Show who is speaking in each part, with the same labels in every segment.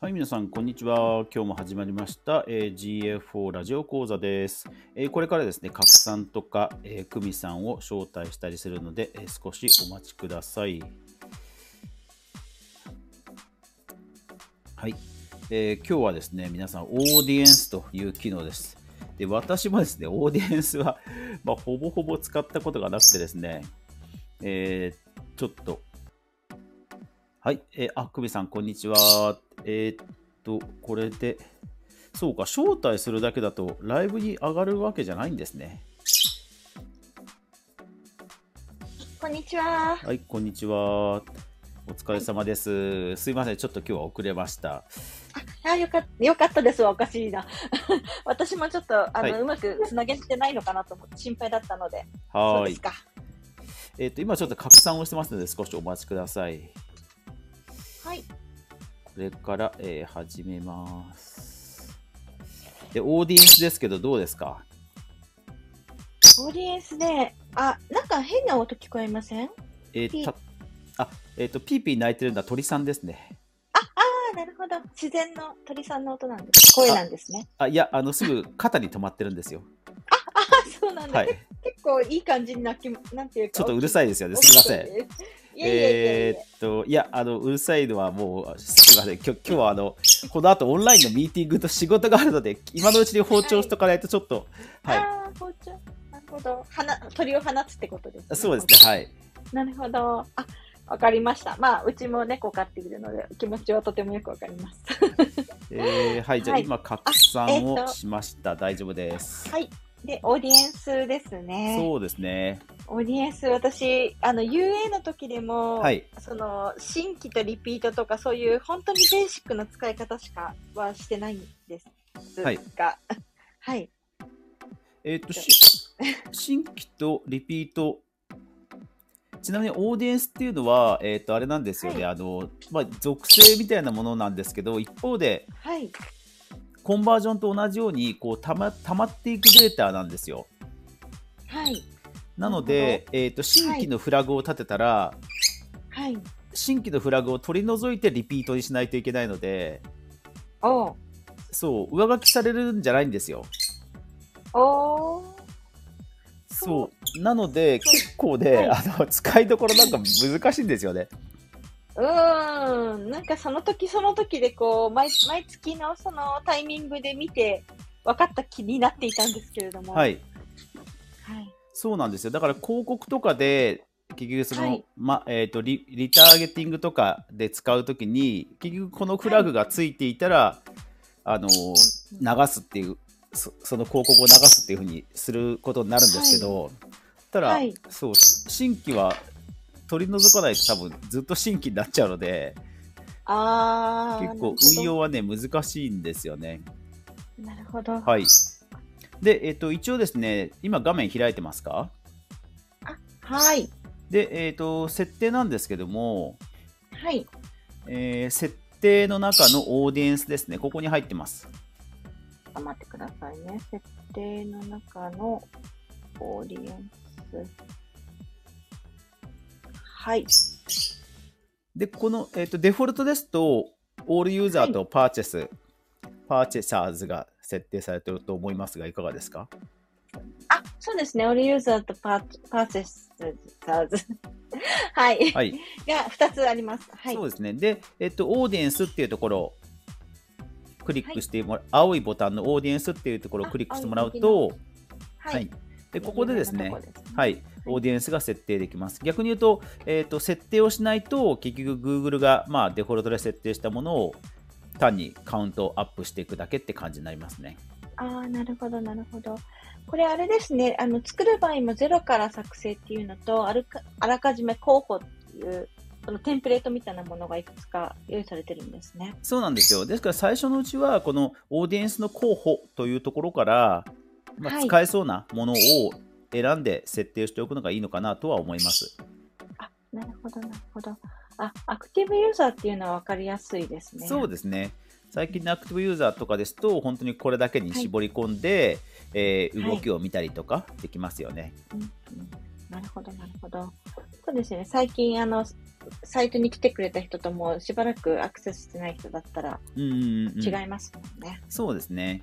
Speaker 1: はい、皆さん、こんにちは。今日も始まりました、えー GFO ラジオ講座です。えーこれからですね、賀来さんとか、えー、久美さんを招待したりするので、えー少しお待ちください。はい、えー今日はですね、皆さん、オーディエンスという機能です。で、私もですね、オーディエンスは、まあ、ほぼほぼ使ったことがなくてですね、えーちょっとはい、えー、あ、久美さん、こんにちは。えーっと、これで、そうか、招待するだけだと、ライブに上がるわけじゃないんですね。
Speaker 2: こんにちは。
Speaker 1: はい、こんにちは。お疲れ様です。すいません、ちょっと今日は遅れました。
Speaker 2: あ、よかった、よかったですわ。おかしいな。 私もちょっと、あの、
Speaker 1: はいう
Speaker 2: まくつなげてないのかなと思って、心配だったので。そう
Speaker 1: は
Speaker 2: で
Speaker 1: ーい
Speaker 2: す。か。
Speaker 1: えーっと、今ちょっと拡散をしてますので、少しお待ちください。
Speaker 2: はい。
Speaker 1: これから、えー始めます。で、オーディエンスですけど、どうですか
Speaker 2: オーディエンスで、あ、なんか変な音聞こえません。あ
Speaker 1: えーたあ、えーっと、ピーピー鳴いてるのは鳥さんですね。
Speaker 2: ー、なるほど。自然の鳥さんの音なんです。声なんですね。
Speaker 1: あ、いや、あの、すぐ肩に止まってるんです よ。
Speaker 2: あ、そうなんだ。
Speaker 1: はい。
Speaker 2: 結構いい感じになき、なんていうか。
Speaker 1: ちょっとうるさいですよね。
Speaker 2: 大
Speaker 1: す
Speaker 2: き
Speaker 1: み
Speaker 2: い
Speaker 1: ません。。
Speaker 2: 大きいですいえいえいえい
Speaker 1: えー
Speaker 2: え。
Speaker 1: っと、いや、あの、うるさいのはもう、すみません。今日今日は、あの、この後オンラインのミーティングと仕事があるので、今のうちに包丁しとかないとちょっと、はい。
Speaker 2: ああ、包丁。なるほど。はな、鳥を放つってことです、
Speaker 1: そうですね、はい。
Speaker 2: なるほど。あ、わかりました。まあ、うちも猫飼っているので、気持ちはとてもよくわかります。
Speaker 1: えーはい、じゃあ
Speaker 2: はい
Speaker 1: 今、拡散
Speaker 2: あえー
Speaker 1: を
Speaker 2: っと
Speaker 1: しました。大丈夫です。
Speaker 2: はい。で、オーディエンスですね。
Speaker 1: そうですね。
Speaker 2: オーディエンス、私、あの、UA の時でも、
Speaker 1: はい。
Speaker 2: その、新規とリピートとか、そういう本当にベーシックな使い方しかはしてないんです。
Speaker 1: はい
Speaker 2: が、 はい。
Speaker 1: えーっと、し 新規とリピート、ちなみにオーディエンスっていうのは、えーっと、あれなんですよね。あの、まあ、属性みたいなものなんですけど、一方で、
Speaker 2: はい。
Speaker 1: コンバージョンと同じようにこうたまたまっていくデータなんですよ。
Speaker 2: はい。
Speaker 1: なので、えー、と新規のフラグを立てたら、
Speaker 2: はい。
Speaker 1: 新規のフラグを取り除いてリピートにしないといけないので
Speaker 2: おう
Speaker 1: そう上書きされるんじゃないんですよ。
Speaker 2: おー
Speaker 1: そ
Speaker 2: そう
Speaker 1: なので
Speaker 2: そう
Speaker 1: 結構ね、
Speaker 2: は
Speaker 1: あの使いどころなんか難しいんですよね。
Speaker 2: うーん、なんかその時その時でこう毎毎月のそのタイミングで見て分かった気になっていたんですけれども、、
Speaker 1: はいい、
Speaker 2: はい、
Speaker 1: そうなんですよだから広告とかで結局その、
Speaker 2: はい
Speaker 1: まえー、とリリターゲティングとかで使うときに結局このフラグがついていたら、あの流すっていうそその広告を流すっていうふうにすることになるんですけど、ただ、
Speaker 2: はい
Speaker 1: そう新規は取り除かないと多分ずっと新規になっちゃうので
Speaker 2: あー
Speaker 1: 結構運用はね難しいんですよね。
Speaker 2: なるほど、なるほど
Speaker 1: はい、で、えっと一応ですね今画面開いてますか
Speaker 2: はい、
Speaker 1: で、えっと設定なんですけども、
Speaker 2: はい、
Speaker 1: えー設定の中のオーディエンスですねここに入ってます。
Speaker 2: あ待ってくださいね設定の中のオーディエンスはい
Speaker 1: で、この、えー、とデフォルトですと、オールユーザーとパーチェス、パーチェサーズが設定されていると思いますが、いかがですか
Speaker 2: あそうですねオールユーザーとパーチパーセスサーズはい、
Speaker 1: はい、
Speaker 2: が2つありますはい
Speaker 1: そうですね。で、えっと、オーディエンスっていうところ、クリックしてもら、青いボタンのオーディエンスっていうところをクリックしてもらうと、
Speaker 2: はい、
Speaker 1: でここでですね
Speaker 2: 有名、なとこですね
Speaker 1: はい、オーディエンスが設定できます。逆に言うと、えっと設定をしないと、結局 Google が、まあ、デフォルトで設定したものを単にカウントアップしていくだけって感じになりますね。
Speaker 2: ああ、なるほど、なるほど。これ、あれですね、あの作る場合もゼロから作成っていうのと、あるかあらかじめ候補っていう、そのテンプレートみたいなものがいくつか用意されてるんですね。
Speaker 1: そうなんですよ。ですから最初のうちはこのオーディエンスの候補というところから、まあ、
Speaker 2: はい
Speaker 1: 使えそうなものを選んで設定しておくのがいいのかなとは思います。
Speaker 2: あ、なるほど、なるほど。あ、アクティブユーザーっていうのは分かりやすいですね。
Speaker 1: そう
Speaker 2: で
Speaker 1: ですね。最近のアクティブユーザーとかですと本当にこれだけに絞り込んで、えー
Speaker 2: はい
Speaker 1: 動きを見たりとかできますよね。
Speaker 2: す。うんなるほど、なるほど。そうですね。最近、あの、サイトに来てくれた人とも、しばらくアクセスしてない人だったら
Speaker 1: うんうんうん、
Speaker 2: 違いますもんね。
Speaker 1: そうですね。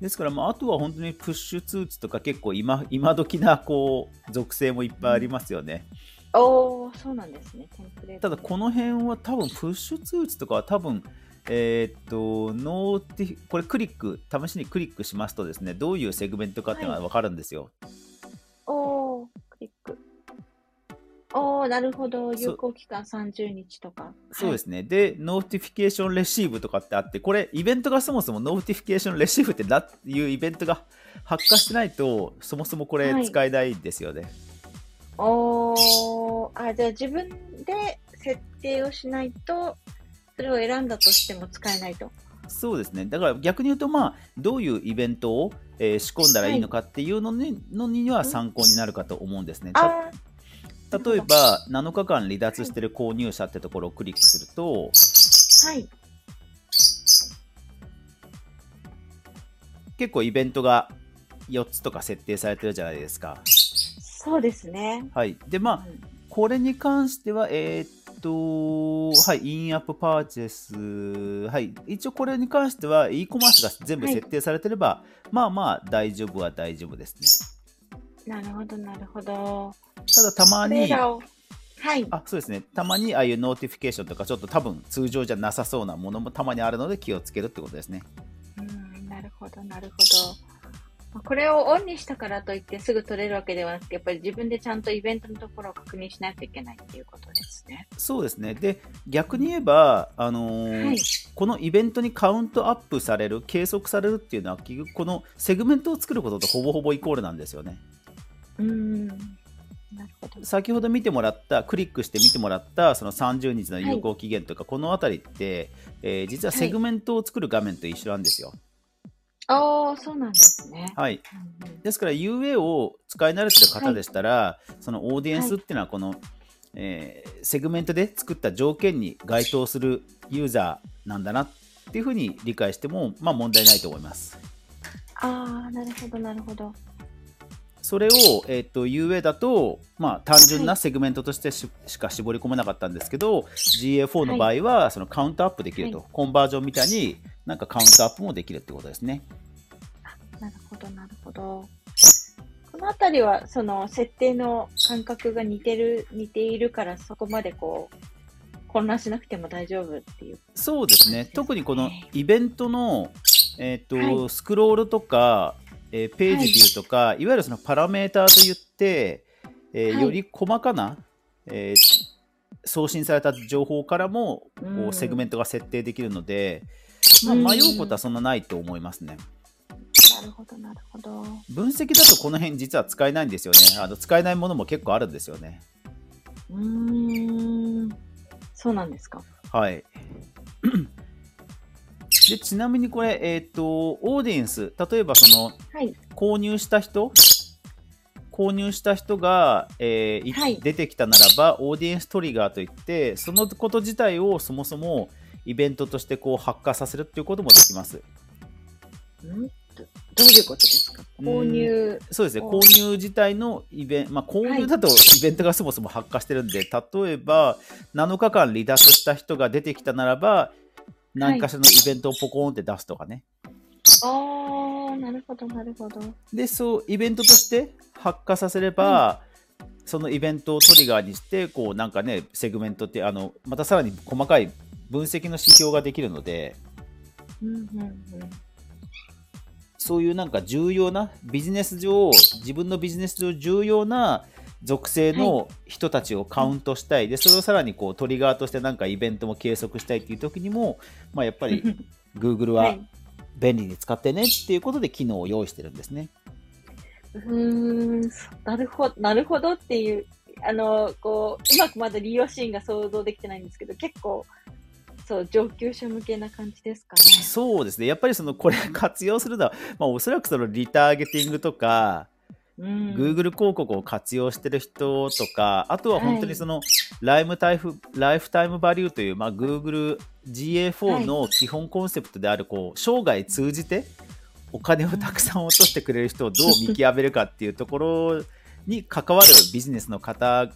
Speaker 1: ですから、まあ、あとは本当にプッシュ通知とか結構今今時なこう属性もいっぱいありますよね。
Speaker 2: おー、そうなんですね。テンプレー
Speaker 1: た
Speaker 2: ト。
Speaker 1: だ、この辺は多分プッシュ通知とかは多分、えーっと、ノーティこれクリック、試しにクリックしますとですね、どういうセグメントかっていうのは分かるんですよ。
Speaker 2: おー、クリック。おー、なるほど。
Speaker 1: そう
Speaker 2: 有効期間30日とか。。
Speaker 1: そうですすね。で、ノーティフィケーションレシーブとかってあって、これ、イベントがそもそもノーティフィケーションレシーブってないうイベントが発火してないと、そもそもこれ使えないんですよね。
Speaker 2: おー、あ、じゃあ自分で設定をしないと、それを選んだとしても使えないと。
Speaker 1: そうですね。だから逆に言うと、まあ、どういうイベントを、えー仕込んだらいいのかっていうのに,、のには参考になるかと思うんですね。た
Speaker 2: あ
Speaker 1: 例えば、7日間離脱してる購入者ってところをクリックすると、
Speaker 2: ー、はい。
Speaker 1: 結構イベントが4つとか設定されてるじゃないですか。
Speaker 2: そうですね。
Speaker 1: はい。で、まあ、
Speaker 2: うん
Speaker 1: これに関しては、えーっと、はい、インアップパーチェス、はい、一応これに関しては、e コマースが全部
Speaker 2: はい
Speaker 1: 設定されてれば、まあまあ大丈夫は大丈夫ですね。
Speaker 2: なるほど、なるほど。
Speaker 1: ただ、たま
Speaker 2: これ
Speaker 1: に、
Speaker 2: らを。はい。
Speaker 1: あそうですね、たまにああいうノーティフィケーションとか、ちょっと多分通常じゃなさそうなものもたまにあるので気をつけるってことですね。
Speaker 2: うん、なるほど、なるほど。まあこれをオンにしたからといってすぐ取れるわけではなくて、やっぱり自分でちゃんとイベントのところを確認しないといけないっていうことですね。
Speaker 1: そうですね。で、逆に言えば、あのー
Speaker 2: はい。
Speaker 1: このイベントにカウントアップされる、計測されるっていうのは、結局このセグメントを作ることとほぼほぼイコールなんですよね。
Speaker 2: うん。なるほど。
Speaker 1: 先ほど見てもらったクリックして見てもらったその30日の有効期限とか、この辺りって、えー実はセグメントを作る画面と一緒なんですよ。
Speaker 2: ああ、そうなんですね。
Speaker 1: はい、
Speaker 2: うんうん
Speaker 1: ですから UA を使い慣れてる方でしたら、そのオーディエンスっていうのはこの、えーセグメントで作った条件に該当するユーザーなんだなっていうふうに理解しても、まあ、問題ないと思います。
Speaker 2: ああ、なるほど、なるほど。
Speaker 1: それを、えっと UA だと、まあ、単純なセグメントとしてし,、か絞り込めなかったんですけど GA4 の場合は、そのカウントアップできると、コンバージョンみたいになんかカウントアップもできるってことですね。
Speaker 2: なるほど、なるほど。このあたりは、その設定の感覚が似てる、似ているから、そこまでこう、混乱しなくても大丈夫っていう。
Speaker 1: そうですね特にこの
Speaker 2: ね
Speaker 1: イベントの、えっと
Speaker 2: は
Speaker 1: スクロールとか、えーページビューとか、い、わゆるそのパラメーターといって、えー
Speaker 2: はい
Speaker 1: より細かな、えー送信された情報からもこうセグメ
Speaker 2: ン
Speaker 1: ントが設定できるので、
Speaker 2: ト
Speaker 1: まあ、迷うことはそんなないと思いますね。
Speaker 2: なるほど、なるほど。
Speaker 1: 分析だとこの辺実は使えないんですよね。あの使えないものも結構あるんですよね。
Speaker 2: うーん。そうなんですか。
Speaker 1: はい。 でちなみにこれ、えっ、と、オーディエンス、例えばその
Speaker 2: はい。
Speaker 1: 購入した人、購入した人が、えーい
Speaker 2: はい
Speaker 1: 出てきたならば、オーディエンストリガーといって、そのこと自体をそもそもイベントとしてこう発火させるっていうこともできます。
Speaker 2: んどどういうことですか
Speaker 1: うん
Speaker 2: 購入。
Speaker 1: そうですね、
Speaker 2: お
Speaker 1: 購入自体のイベント、まあ、購
Speaker 2: は
Speaker 1: 入
Speaker 2: い
Speaker 1: だとイベントがそもそも発火してるんで、例えば7日間離脱した人が出てきたならば、何かしらのイベントをポコーンって出すとかね。
Speaker 2: ああ、なるほど、なるほど。
Speaker 1: で、そう、イベントとして発火させれば、そのイベントをトリガーにして、こう、なんかね、セグメントって、あの、またさらに細かい分析の指標ができるので、
Speaker 2: うん、うん、うん。
Speaker 1: そういうなんか重要なビジネス上自分のビジネス上重要な属性の人たちをカウントしたい、でそれをさらにこうトリガーとしてなんかイベントも計測したいっていう時にも、まあ、やっぱり Google
Speaker 2: は。
Speaker 1: はい便利に使ってねっていうことで機能を用意してるんですね。
Speaker 2: うーん、そなるほど、なるほどっていう、あの、こう、うまくまだ利用シーンが想像できてないんですけど、結構、そう、上級者向けな感じですかね。
Speaker 1: そうですねやっぱりそのこれ活用するのは、まあ、おそらくそのリターゲティングとか、
Speaker 2: うん。
Speaker 1: Google 広告を活用してる人とか、あとは本当にその、ライムタイフライフタイムバリューという、まあ、Google GA4 の基本コンセプトである、こう生涯通じてお金をたくさん落としてくれる人をどう見極めるかっていうところに関わるビジネスの方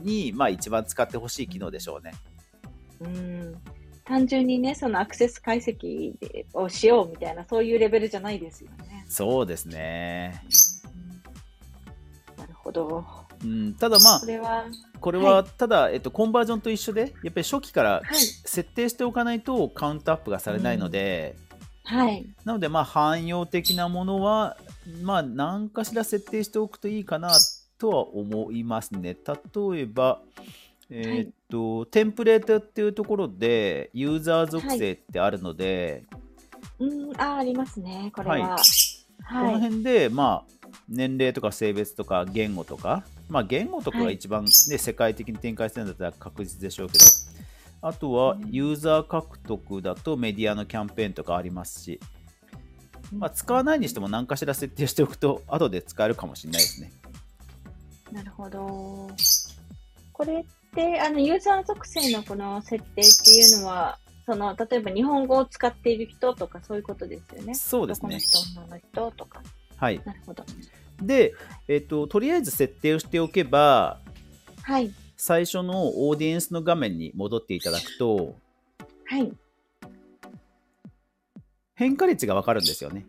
Speaker 1: に、まあ、一番使ってほしい機能でしょうね。
Speaker 2: うん単純にね、そのアクセス解析をしようみたいな、そういうレベルじゃないですよね。
Speaker 1: そうですね。
Speaker 2: なるほど。
Speaker 1: うん、ただまあ
Speaker 2: こ、れは、
Speaker 1: これ
Speaker 2: は
Speaker 1: はただ、えっと、コンバージョンと一緒で、やっぱり初期から
Speaker 2: はい。
Speaker 1: 設定しておかないとカウントアップがされないので、
Speaker 2: はい。
Speaker 1: なので、まあ、汎用的なものは、まあ、何かしら設定しておくといいかなとは思いますね。例えば、えーっと、テンプレートっていうところで、ユーザー属性ってあるので、
Speaker 2: うん、あー、ありますね、これは。は
Speaker 1: この
Speaker 2: い。
Speaker 1: 辺で、まあ、年齢とか性別とか言語とか、まあ、言語とかが一番、ね世界的に展開してるんだったら確実でしょうけど、あとは
Speaker 2: うん
Speaker 1: ユーザー獲得だとメディアのキャンペーンとかありますし、まあ、使わないにしても何かしら設定しておくと、後で使えるかもしれないですね。
Speaker 2: なるほど。これって、あの、ユーザー属性のこの設定っていうのは、その、例えば日本語を使っている人とか、そういうことですよね。
Speaker 1: そうですね。
Speaker 2: 男の人、女の人とか。
Speaker 1: はい、
Speaker 2: なるほど。
Speaker 1: で、えっと、とりあえず設定をしておけば、
Speaker 2: はい。
Speaker 1: 最初のオーディエンスの画面に戻っていただくと、
Speaker 2: はい。
Speaker 1: 変化率がわかるんですよね。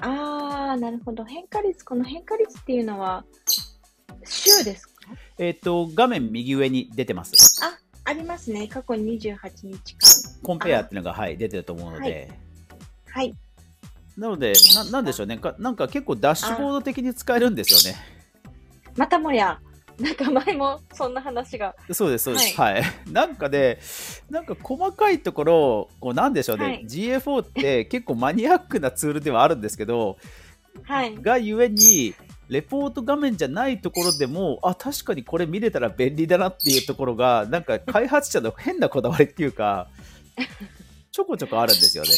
Speaker 2: ああ、なるほど。変化率、この変化率っていうのは、週ですか
Speaker 1: えっと、画面右上に出てます。
Speaker 2: ありますね。過去28日間。
Speaker 1: コンペアっていうのが、はい、出てると思うので、
Speaker 2: はい。
Speaker 1: なのでな、なんでしょうねか、なんか結構ダッシュボード的に使えるんですよね。
Speaker 2: またもや、なんか前もそんな話が。
Speaker 1: そうです、そうです。はい。 なんかで、なんか細かいところ、こうなんでしょうね、
Speaker 2: はい
Speaker 1: GA4 って結構マニアックなツールではあるんですけど、
Speaker 2: はい。
Speaker 1: がゆえに、レポート画面じゃないところでも、あ、確かにこれ見れたら便利だなっていうところが、なんか開発者の変なこだわりっていうか、ちょこちょこあるんですよね。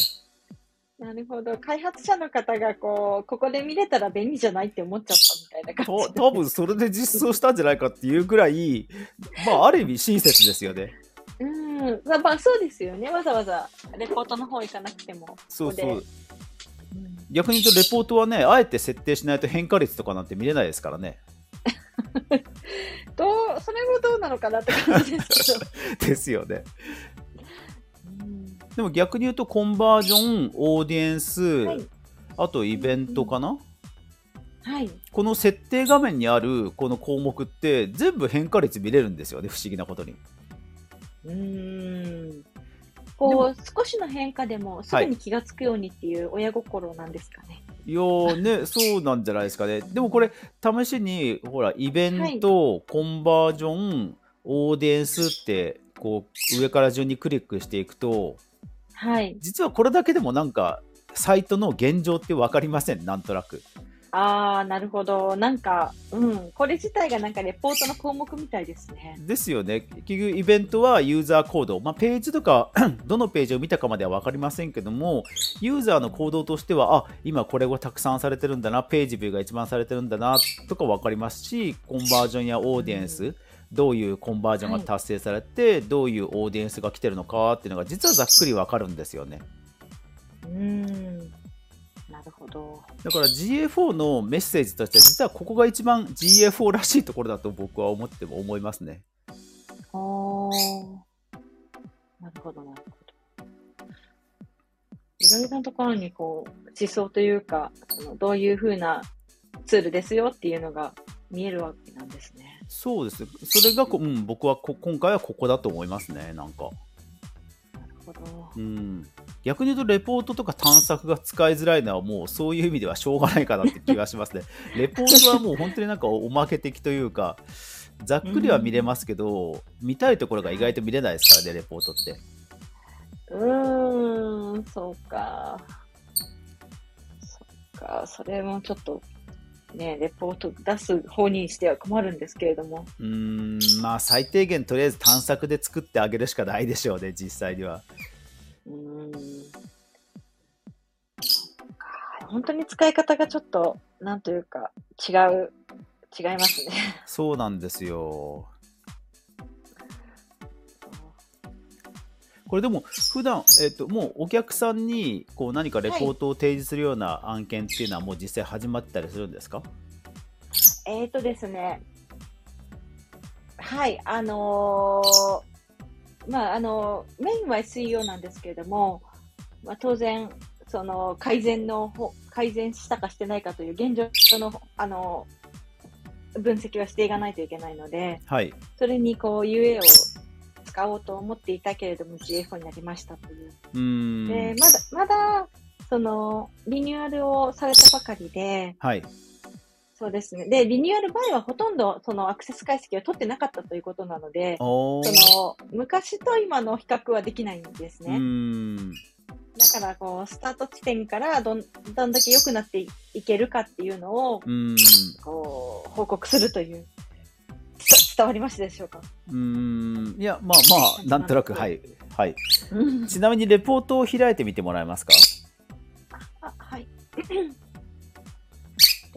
Speaker 2: なるほど。開発者の方が、こう、ここで見れたら便利じゃないって思っちゃったみたいな 感
Speaker 1: と
Speaker 2: じ。
Speaker 1: 多分それで実装したんじゃないかっていうぐらい、まあ、ある意味親切ですよね。
Speaker 2: うん。まあ、まあ、そうですよね。わざわざ、レポートの方行かなくても。
Speaker 1: そう
Speaker 2: こ
Speaker 1: そ
Speaker 2: こ
Speaker 1: う
Speaker 2: で。うん
Speaker 1: 逆に言うと、レポートはね、あえて設定しないと変化率とかなんて見れないですからね。
Speaker 2: どう、それもどうなのかなって感じですけど。
Speaker 1: ですよね。
Speaker 2: うん
Speaker 1: でも逆 に言うと、コンバージョン、オーディエンス、
Speaker 2: はい
Speaker 1: あとイベントかな。
Speaker 2: はい。
Speaker 1: この設定画面にあるこの項目って全部変化率見れるんですよね不思議なことに
Speaker 2: うーんこう少しの変化でもすぐに気がつくようにっていう親心なんですかね。
Speaker 1: いやーねそうなんじゃないですかねでもこれ試しにほらイベント、コンバージョンオーディエンスってこう上から順にクリックしていくと
Speaker 2: はい。
Speaker 1: 実はこれだけでもなんかサイトの現状って分かりませんなんとなく
Speaker 2: ああ、なるほど。なんか、うん、これ自体がなんかレポートの項目みたいですね。
Speaker 1: ですよね結局イベントはユーザー行動、まあ、ページとか どのページを見たかまでは分かりませんけどもユーザーの行動としてはあ今これをたくさんされてるんだなページビューが一番されてるんだなとか分かりますしコンバージョンやオーディエンス、どういうコンバージョンが達成されて、どういうオーディエンスが来てるのかっていうのが実はざっくり分かるんですよね
Speaker 2: うーん。なるほど。
Speaker 1: だから GA4 のメッセージとしては実はここが一番 GA4 らしいところだと僕は思っても思いますね
Speaker 2: おーなるほど、なるほど。いろいろなところにこう、思想というか、そのどういうふうなツールですよっていうのが見えるわけなんですね。
Speaker 1: そうですそれがこ、うん、僕はこ今回はここだと思いますねなんか、
Speaker 2: なるほど。
Speaker 1: うん、逆に言うとレポートとか探索が使いづらいのはもうそういう意味ではしょうがないかなって気がしますね レポートはもう本当になんかおまけ的というかざっくりは見れますけど、見たいところが意外と見れないですからねレポートって
Speaker 2: うーん、そうか。そっか、それもちょっと、ね、レポート出す方にしては困るんですけれども。
Speaker 1: うーんまあ最低限とりあえず探索で作ってあげるしかないでしょうね実際には
Speaker 2: うーん。そっか、本当に使い方がちょっと、なんというか、違う、違いますね。
Speaker 1: そうなんですよこれでも普段えっ、ともうお客さんにこう何かレポートを提示するような案件っていうのはもう実際始まってたりするんですか？
Speaker 2: えーとですね。はい、あのーまあ、あのーメインは SEO なんですけれども、まあ、当然、その改善のほ、改善したかしてないかという現状の、あのー分析はしていかないといけないので、
Speaker 1: はい。
Speaker 2: それにこう UA を使おうと思っていたけれども GA4 になりましたという。
Speaker 1: うー
Speaker 2: で
Speaker 1: ん。、
Speaker 2: まだ、まだ、その、リニューアルをされたばかりで、
Speaker 1: はい。
Speaker 2: そうですね。で、リニューアル前はほとんどそのアクセス解析を取ってなかったということなので、
Speaker 1: おー。
Speaker 2: その昔と今の比較はできないんです
Speaker 1: う
Speaker 2: ね。
Speaker 1: ーん。
Speaker 2: だからこう、スタート地点からどんどんだけ良くなっていけるかっていうのを
Speaker 1: うーん。
Speaker 2: こう報告するという。つ伝わりましたでしょうか
Speaker 1: うーん。いや、まあまあ、なんとなく、はい。はい。
Speaker 2: うん
Speaker 1: ちなみに、レポートを開いてみてもらえますか
Speaker 2: あ、 はい。レポ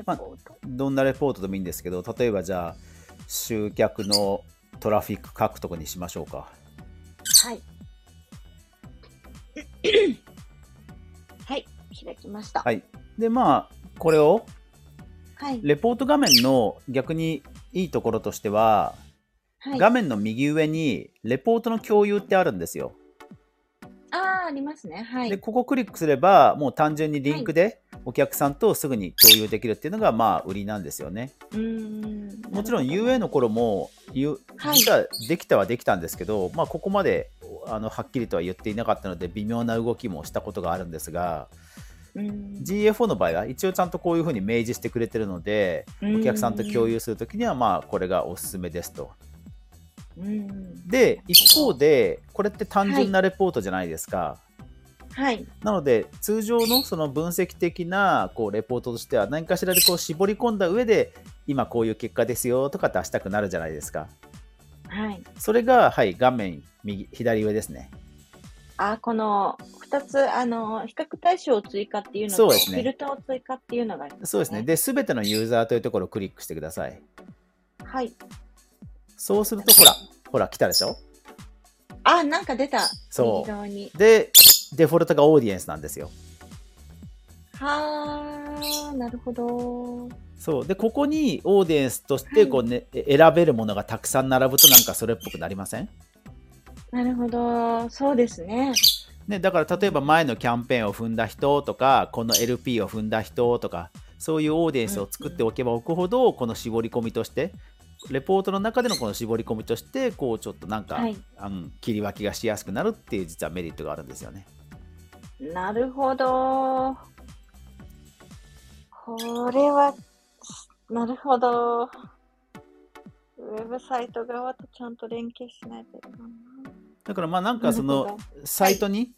Speaker 1: まあ
Speaker 2: ート
Speaker 1: どんなレポートでもいいんですけど、例えばじゃあ、集客のトラフィック獲得にしましょうか。
Speaker 2: はい。はい、開きました。
Speaker 1: はいで、まあ、これを、
Speaker 2: はい。
Speaker 1: レポート画面の逆にいいところとしては、
Speaker 2: はい、
Speaker 1: 画面の右上に、レポートの共有ってあるんですよ。
Speaker 2: あー、ありますね。はい。
Speaker 1: で、ここクリックすれば、もう単純にリンクでお客さんとすぐに共有できるっていうのが、まあ、売りなんですよね。も
Speaker 2: も
Speaker 1: ちろん UA の頃も、ゆ
Speaker 2: はい
Speaker 1: 実はできたはできたんですけど、まあ、ここまであのはっきりとは言っていなかったので微妙な動きもしたことがあるんですが GA4 の場合は一応ちゃんとこういうふうに明示してくれてるのでお客さんと共
Speaker 2: 有。
Speaker 1: 有するときにはまあこれがおすすめですと。
Speaker 2: うん
Speaker 1: で一方でこれって単純なレポートじゃないですか。
Speaker 2: はい。
Speaker 1: なので通常のその分析的なこうレポートとしては何かしらでこう絞り込んだ上で今こういう結果ですよとか出したくなるじゃないですか。
Speaker 2: はい。
Speaker 1: それが、はい、画面右、左上ですね。
Speaker 2: あ、この2つ、あの、比較対象を追加っていうの
Speaker 1: そう
Speaker 2: と、
Speaker 1: です
Speaker 2: フ
Speaker 1: ね
Speaker 2: ィルターを追加っていうのがあります、
Speaker 1: そうですね。。で、すべてのユーザーというところをクリックしてください。
Speaker 2: はい。
Speaker 1: そうすると、ほら、ほら、来たでしょ
Speaker 2: あ、なんか出た。
Speaker 1: そう
Speaker 2: 右側に。
Speaker 1: で、デフォルトがオーディエンスなんですよ。
Speaker 2: はー、なるほど。
Speaker 1: そう。で、ここにオーディエンスとして、こうね、選べるものがたくさん並ぶと、なんかそれっぽくなりません
Speaker 2: なるほど。そうですね。
Speaker 1: ね、だから例えば前のキャンペーンを踏んだ人とか、この LP を踏んだ人とか、そういうオーディエンスを作っておけばおくほど、この絞り込みとして、レポートの中でのこの絞り込みとして、こうちょっとなんか、
Speaker 2: はい。
Speaker 1: あの切り分けがしやすくなるっていう実はメリットがあるんですよね。
Speaker 2: なるほど。これは、なるほど。ウェブサイト側とちゃんと連携しないといけない
Speaker 1: だからまあなん
Speaker 2: な。
Speaker 1: かそのサイトに、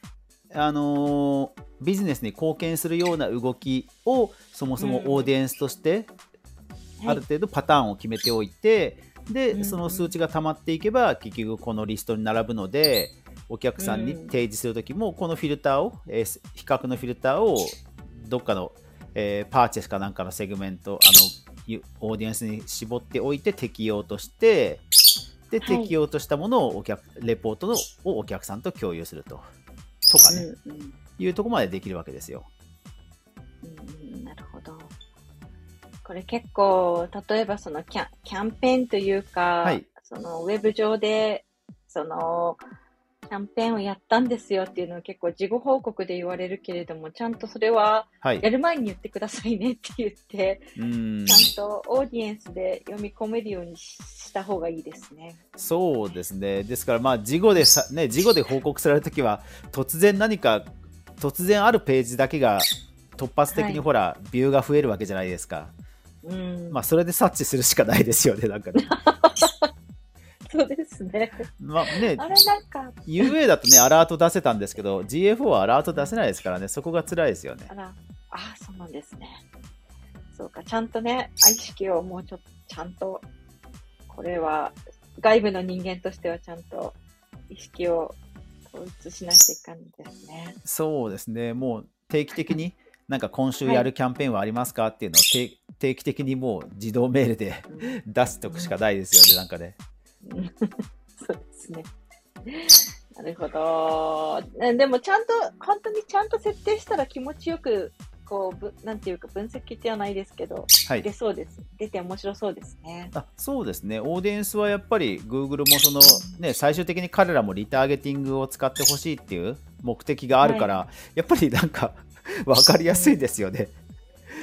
Speaker 1: あのービジネスに貢献するような動きをそもそもオーディエンスとしてあ
Speaker 2: な
Speaker 1: る
Speaker 2: るほど、はい
Speaker 1: 程度パターンを決めておいて、
Speaker 2: う
Speaker 1: で
Speaker 2: ん
Speaker 1: その数値が溜まっていけば結局このリストに並ぶのでお客さんに
Speaker 2: うん
Speaker 1: 提示する時もこのフィルターを、えー比較のフィルターをどっかの、えーパーチェスかなんかのセグメントあのゆオーディエンスに絞っておいて適用としてで
Speaker 2: はい
Speaker 1: 適用としたものをお客レポートのをお客さんと共有すると。とかね、
Speaker 2: うんうん
Speaker 1: いうとこまでできるわけですよ。
Speaker 2: うんうんなるほど。これ結構、例えばそのキャンキャンペーンというか、
Speaker 1: はい
Speaker 2: そのウェブ上で、その、キャンペーンをやったんですよっていうのを結構事後報告で言われるけれども、ちゃんとそれは
Speaker 1: はい。
Speaker 2: やる前に言ってくださいねって言って、
Speaker 1: うーん
Speaker 2: ちゃんとオーディエンスで読み込めるようにした方がいいですね。
Speaker 1: そうですね。ですから、まあ、事後でさ、ね、事後で報告されるときは、突然何か、突然あるページだけが、突発的
Speaker 2: は
Speaker 1: に
Speaker 2: い
Speaker 1: ほら、ビューが増えるわけじゃないですか。
Speaker 2: うん。
Speaker 1: まあ、それで察知するしかないですよね、なんかね。
Speaker 2: そうですね。
Speaker 1: まあね、
Speaker 2: あれなんか、
Speaker 1: UA だとね、アラート出せたんですけど、GFO はアラート出せないですからね、そこが辛いですよね
Speaker 2: あ。ら、あそうなんですね。そうか、ちゃんとね、意識をもうちょっと、ちゃんと、これは、外部の人間としてはちゃんと意識を統一しないといかんですね。
Speaker 1: そうですね、もう定期的に、なんか今週やるキャンペーンはありますかっていうのを、定定期的にもう自動メールで出しておくしかないですよね、なんかね。
Speaker 2: うん そうですね。なるほど。えでもちゃんと、本当にちゃんと設定したら気持ちよくこうぶ、なんていうか分析ではないですけど、
Speaker 1: はい
Speaker 2: 出そうです。出て面白そうですね。
Speaker 1: あそうですね、オーディエンスはやっぱり Google もその、ね、最終的に彼らもリターゲティングを使ってほしいっていう目的があるから、やっぱりなんか 分かりやすいですよね。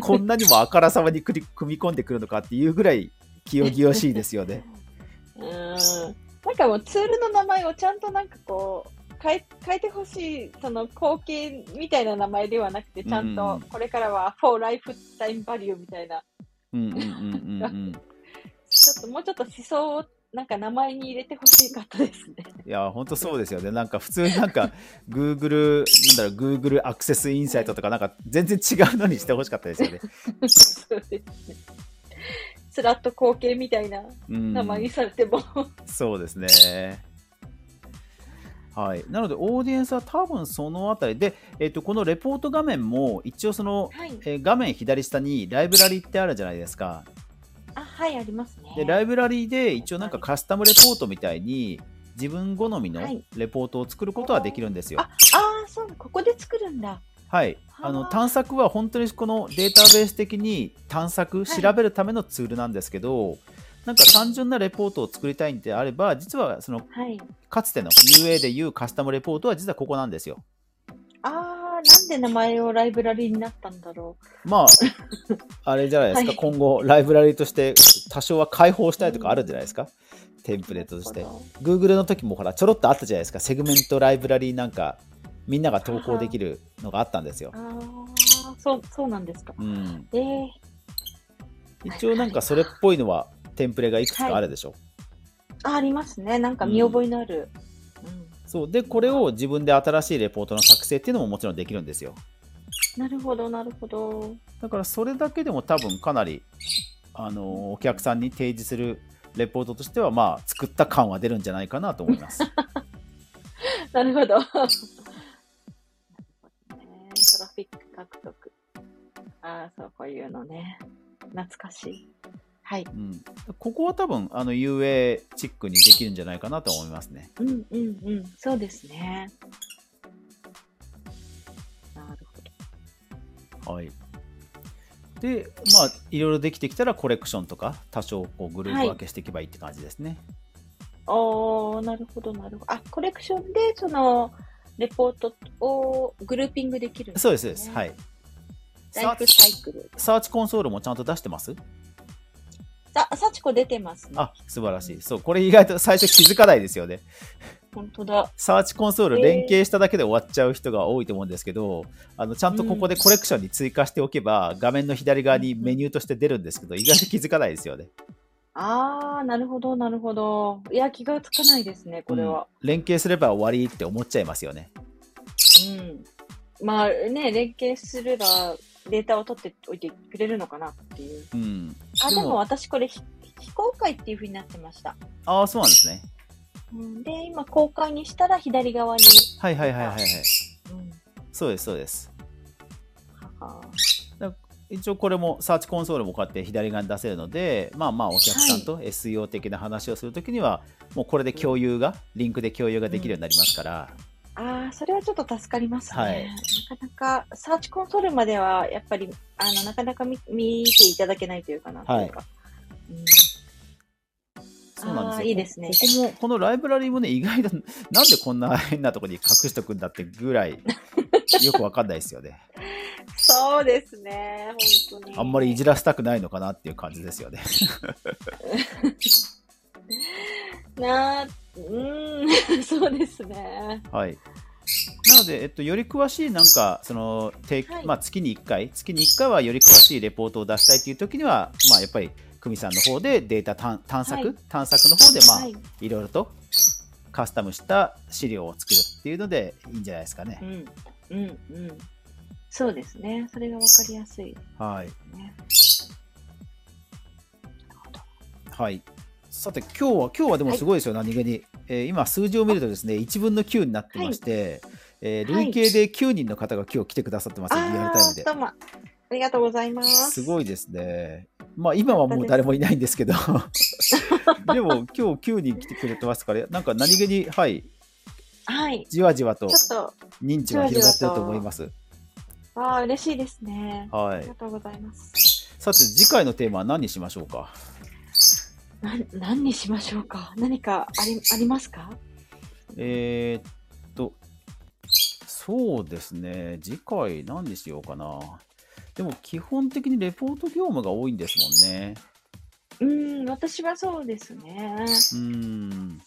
Speaker 1: こんなにもあからさまにくり組み込んでくるのかっていうぐらい清々しいですよね。
Speaker 2: うーん。なんかもうツールの名前をちゃんとなんかこう、変え変えてほしい、その貢献みたいな名前ではなくて、ちゃん
Speaker 1: う
Speaker 2: と
Speaker 1: ん
Speaker 2: これからは for lifetime value みたいな、
Speaker 1: うんうんうんうんうん
Speaker 2: ちょっともうちょっと思想をなんか名前に入れてほしかったですね。
Speaker 1: いや本当そうですよね。なんか普通になんか Google なんだろう Google アクセスインサイトとかなんか全然違うのにしてほしかったですよね。
Speaker 2: そうですね。スラッと光景みたいな
Speaker 1: うん
Speaker 2: 名前にされても、
Speaker 1: そうですね。はい、なので、オーディエンスは多分そのあたりで、えっとこのレポート画面も一応その、
Speaker 2: はい。
Speaker 1: えー画面左下にライブラリってあるじゃないですか。
Speaker 2: あ、はい、ありますね。
Speaker 1: でライブラリで一応なんかカスタムレポートみたいに自分好みの
Speaker 2: はい
Speaker 1: レポートを作ることはできるんですよ。
Speaker 2: あああ、そう、ここで作るんだ。
Speaker 1: はい、あの
Speaker 2: あー
Speaker 1: 探索は本当にこのデータベース的に探索
Speaker 2: はい
Speaker 1: 調べるためのツールなんですけど、なんか単純なレポートを作りたいんであれば実はその
Speaker 2: はい。
Speaker 1: かつての UA でいうカスタムレポートは実はここなんですよ。
Speaker 2: ああ、なんで名前をライブラリになったんだろう。
Speaker 1: まあ、あれじゃないですか、
Speaker 2: はい
Speaker 1: 今後ライブラリとして多少は開放したいとかあるんじゃないですか、テンプレートとして
Speaker 2: なる。ほ
Speaker 1: Google の時もほら、ちょろっとあったじゃないですか、セグメントライブラリなんか、みんなが投稿できるのがあったんですよ
Speaker 2: ど。。ああ、そう、そうなんですか。
Speaker 1: うん、
Speaker 2: ええ
Speaker 1: 一応なんかそれっぽいのはテンプレがいくつかあるでしょ。
Speaker 2: あ、ありますね。なんか見覚えのある。うん。
Speaker 1: そうで、これを自分で新しいレポートの作成っていうのももちろんできるんですよ。
Speaker 2: なるほど、なるほど。
Speaker 1: だからそれだけでも多分かなり、あのお客さんに提示するレポートとしては、まあ、作った感は出るんじゃないかなと思い ます。
Speaker 2: なるほど。なるほどねトラフィック獲得。ああ、そう、こういうのね。懐かしい。はい。
Speaker 1: うん、ここは多分あの UA チックにできるんじゃないかなと思いますね。
Speaker 2: うんうんうん。そうですね。なるほど。
Speaker 1: はい、でまあいろいろできてきたらコレクションとか多少こうグループ分けしていけばいいって感じですね。
Speaker 2: おー、なるほど、なるほど。あ、コレクションで、その、レポートをグルーピングできるんです
Speaker 1: そう
Speaker 2: ね、
Speaker 1: ですそうです。はい。サ
Speaker 2: ライ
Speaker 1: ー
Speaker 2: フ
Speaker 1: チ
Speaker 2: サイクル。
Speaker 1: サーチコンソールもちゃんと出してます
Speaker 2: さ、さちこ出てますね。
Speaker 1: あ素晴らしい。そうこれ意外と最初気づかないですよね。
Speaker 2: 本当だ。
Speaker 1: サーチコンソール
Speaker 2: えー
Speaker 1: 連携しただけで終わっちゃう人が多いと思うんですけど、あのちゃんとここでコレクションに追加しておけば、画面の左側にメニューとして出るんですけど意外と気づかないですよね。
Speaker 2: あー、なるほど、なるほど。いや、気がつかないですね、これは。
Speaker 1: 連携すれば終わりって思っちゃいますよね。
Speaker 2: うん。まあね、連携すればデータを取っておいてくれるのかなっていう。
Speaker 1: うん。
Speaker 2: あ、で
Speaker 1: で
Speaker 2: も
Speaker 1: も
Speaker 2: 私これ非非公開っていうふうになってました。
Speaker 1: ああ、そうなんですね。
Speaker 2: うん、で、今公開にしたら左側に。
Speaker 1: はいはいはいはいはい。
Speaker 2: うん。
Speaker 1: そうですそうです。
Speaker 2: はは
Speaker 1: 一応これもサーチコンソールもこうやって左側に出せるので、まあまあお客さんと SEO 的な話をするときには、もうこれで共有が、リンクで共有ができるようになりますから、
Speaker 2: ああ、それはちょっと助かりますね。
Speaker 1: はい
Speaker 2: なかなか、サーチコンソールまでは、やっぱり、あの、なかなか見見ていただけないというかな、
Speaker 1: はい
Speaker 2: とうか。うん、
Speaker 1: そうなんです
Speaker 2: あー
Speaker 1: よ。
Speaker 2: いいですね
Speaker 1: ここも、このライブラリもね、意外と、なんでこんな変なとこに隠しとくんだってぐらい、よくわかんないですよね。
Speaker 2: そうですね、本当に。
Speaker 1: あんまりいじらせたくないのかなっていう感じですよね。
Speaker 2: なあ、うーん、 そうですね。
Speaker 1: はい。なので、えっと、より詳しいなんかその、定
Speaker 2: はい
Speaker 1: まあ、月に1回月に1回はより詳しいレポートを出したいという時には、まあ、やっぱり久美さんの方でデータ探探索、
Speaker 2: はい
Speaker 1: 探索の方で、まあ、
Speaker 2: はいい、
Speaker 1: ろいろとカスタムした資料を作るっていうのでいいんじゃないですかね
Speaker 2: う。ん、うん、うん。そうですね、それがわかりやすい
Speaker 1: はい
Speaker 2: ね。
Speaker 1: はい、さて今日は今日はでもすごいですよ、何気に、えー今数字を見るとですね1分の9になってまして、えー
Speaker 2: はい
Speaker 1: 累計で9人の方が今日来てくださってます、
Speaker 2: あ
Speaker 1: リアル
Speaker 2: あ
Speaker 1: タイムで
Speaker 2: ー、ど。うも、ありがとうございます。
Speaker 1: すごいですね。まあ今はもう誰もいないんですけど、でも今日9人来てくれてますから、なんか何気に、はい、
Speaker 2: はい、
Speaker 1: じわじわと
Speaker 2: ちょっと、
Speaker 1: 認知が広がってると思います。
Speaker 2: ああ、嬉しいですね。
Speaker 1: は
Speaker 2: あり
Speaker 1: い
Speaker 2: が。とうございます。
Speaker 1: さて、次回のテーマは何にしましょうか
Speaker 2: な何にしましょうか何かありありますか
Speaker 1: えーっと、そうですね。次回何にしようかな。でも基本的にレポート業務が多いんですもんね。
Speaker 2: うーん、私はそうですね。
Speaker 1: うーん。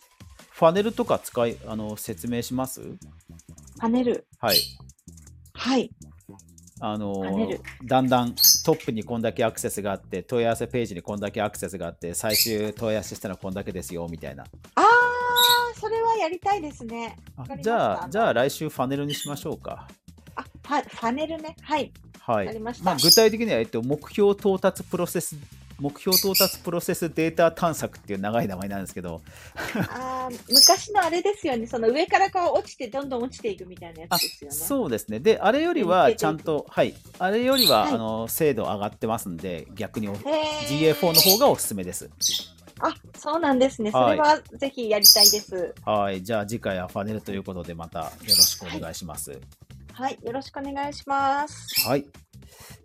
Speaker 1: ファネルとか使い、あの、説明します
Speaker 2: パネル。
Speaker 1: はい。
Speaker 2: はい。
Speaker 1: あの
Speaker 2: パネル
Speaker 1: だんだんトップにこんだけアクセスがあって問い合わせページにこんだけアクセスがあって最終問い合わせしたのはこんだけですよみたいな
Speaker 2: ああ、それはやりたいですね。
Speaker 1: あ
Speaker 2: わかりました
Speaker 1: じゃあじゃあ来週ファネルにしましょうか
Speaker 2: あ、パパネルね。はい。
Speaker 1: は
Speaker 2: わか
Speaker 1: い
Speaker 2: りました
Speaker 1: あ、具体的には、えっと、目標到達プロセス目標到達プロセスデータ探索っていう長い名前なんですけど
Speaker 2: あー昔のあれですよね。その上からこう落ちて、どんどん落ちていくみたいなやつですよね。
Speaker 1: そうですねであれより
Speaker 2: うん
Speaker 1: は
Speaker 2: 出ていく
Speaker 1: ちゃんとはいあれよりは、
Speaker 2: はい
Speaker 1: あの精度上がってますんで逆にお
Speaker 2: へー
Speaker 1: GA4 の方がおすすめです
Speaker 2: あ、そうなんですね。そ
Speaker 1: は
Speaker 2: れ
Speaker 1: い
Speaker 2: はぜひやりたいです。
Speaker 1: はいじゃあ次回はファネルということでまたよろしくお願いします、
Speaker 2: はい、よろしくお願いします。
Speaker 1: はい。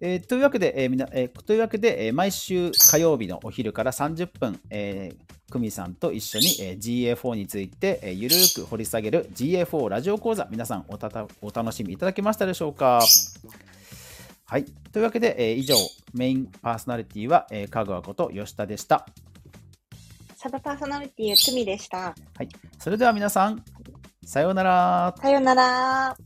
Speaker 1: えーというわけで、えーみなえーというわけで、えー毎週火曜日のお昼から30分、えー、久美さんと一緒に、えー GA4 について、えーゆるーく掘り下げる GA4 ラジオ講座、皆さんおたたお楽しみいただけましたでしょうか。はい。というわけで、えー以上、メインパーソナリティは、えー、香川こと吉田でした。
Speaker 2: サブパーソナリティ、つみでした。
Speaker 1: それでは皆さん、さようなら。
Speaker 2: さようなら。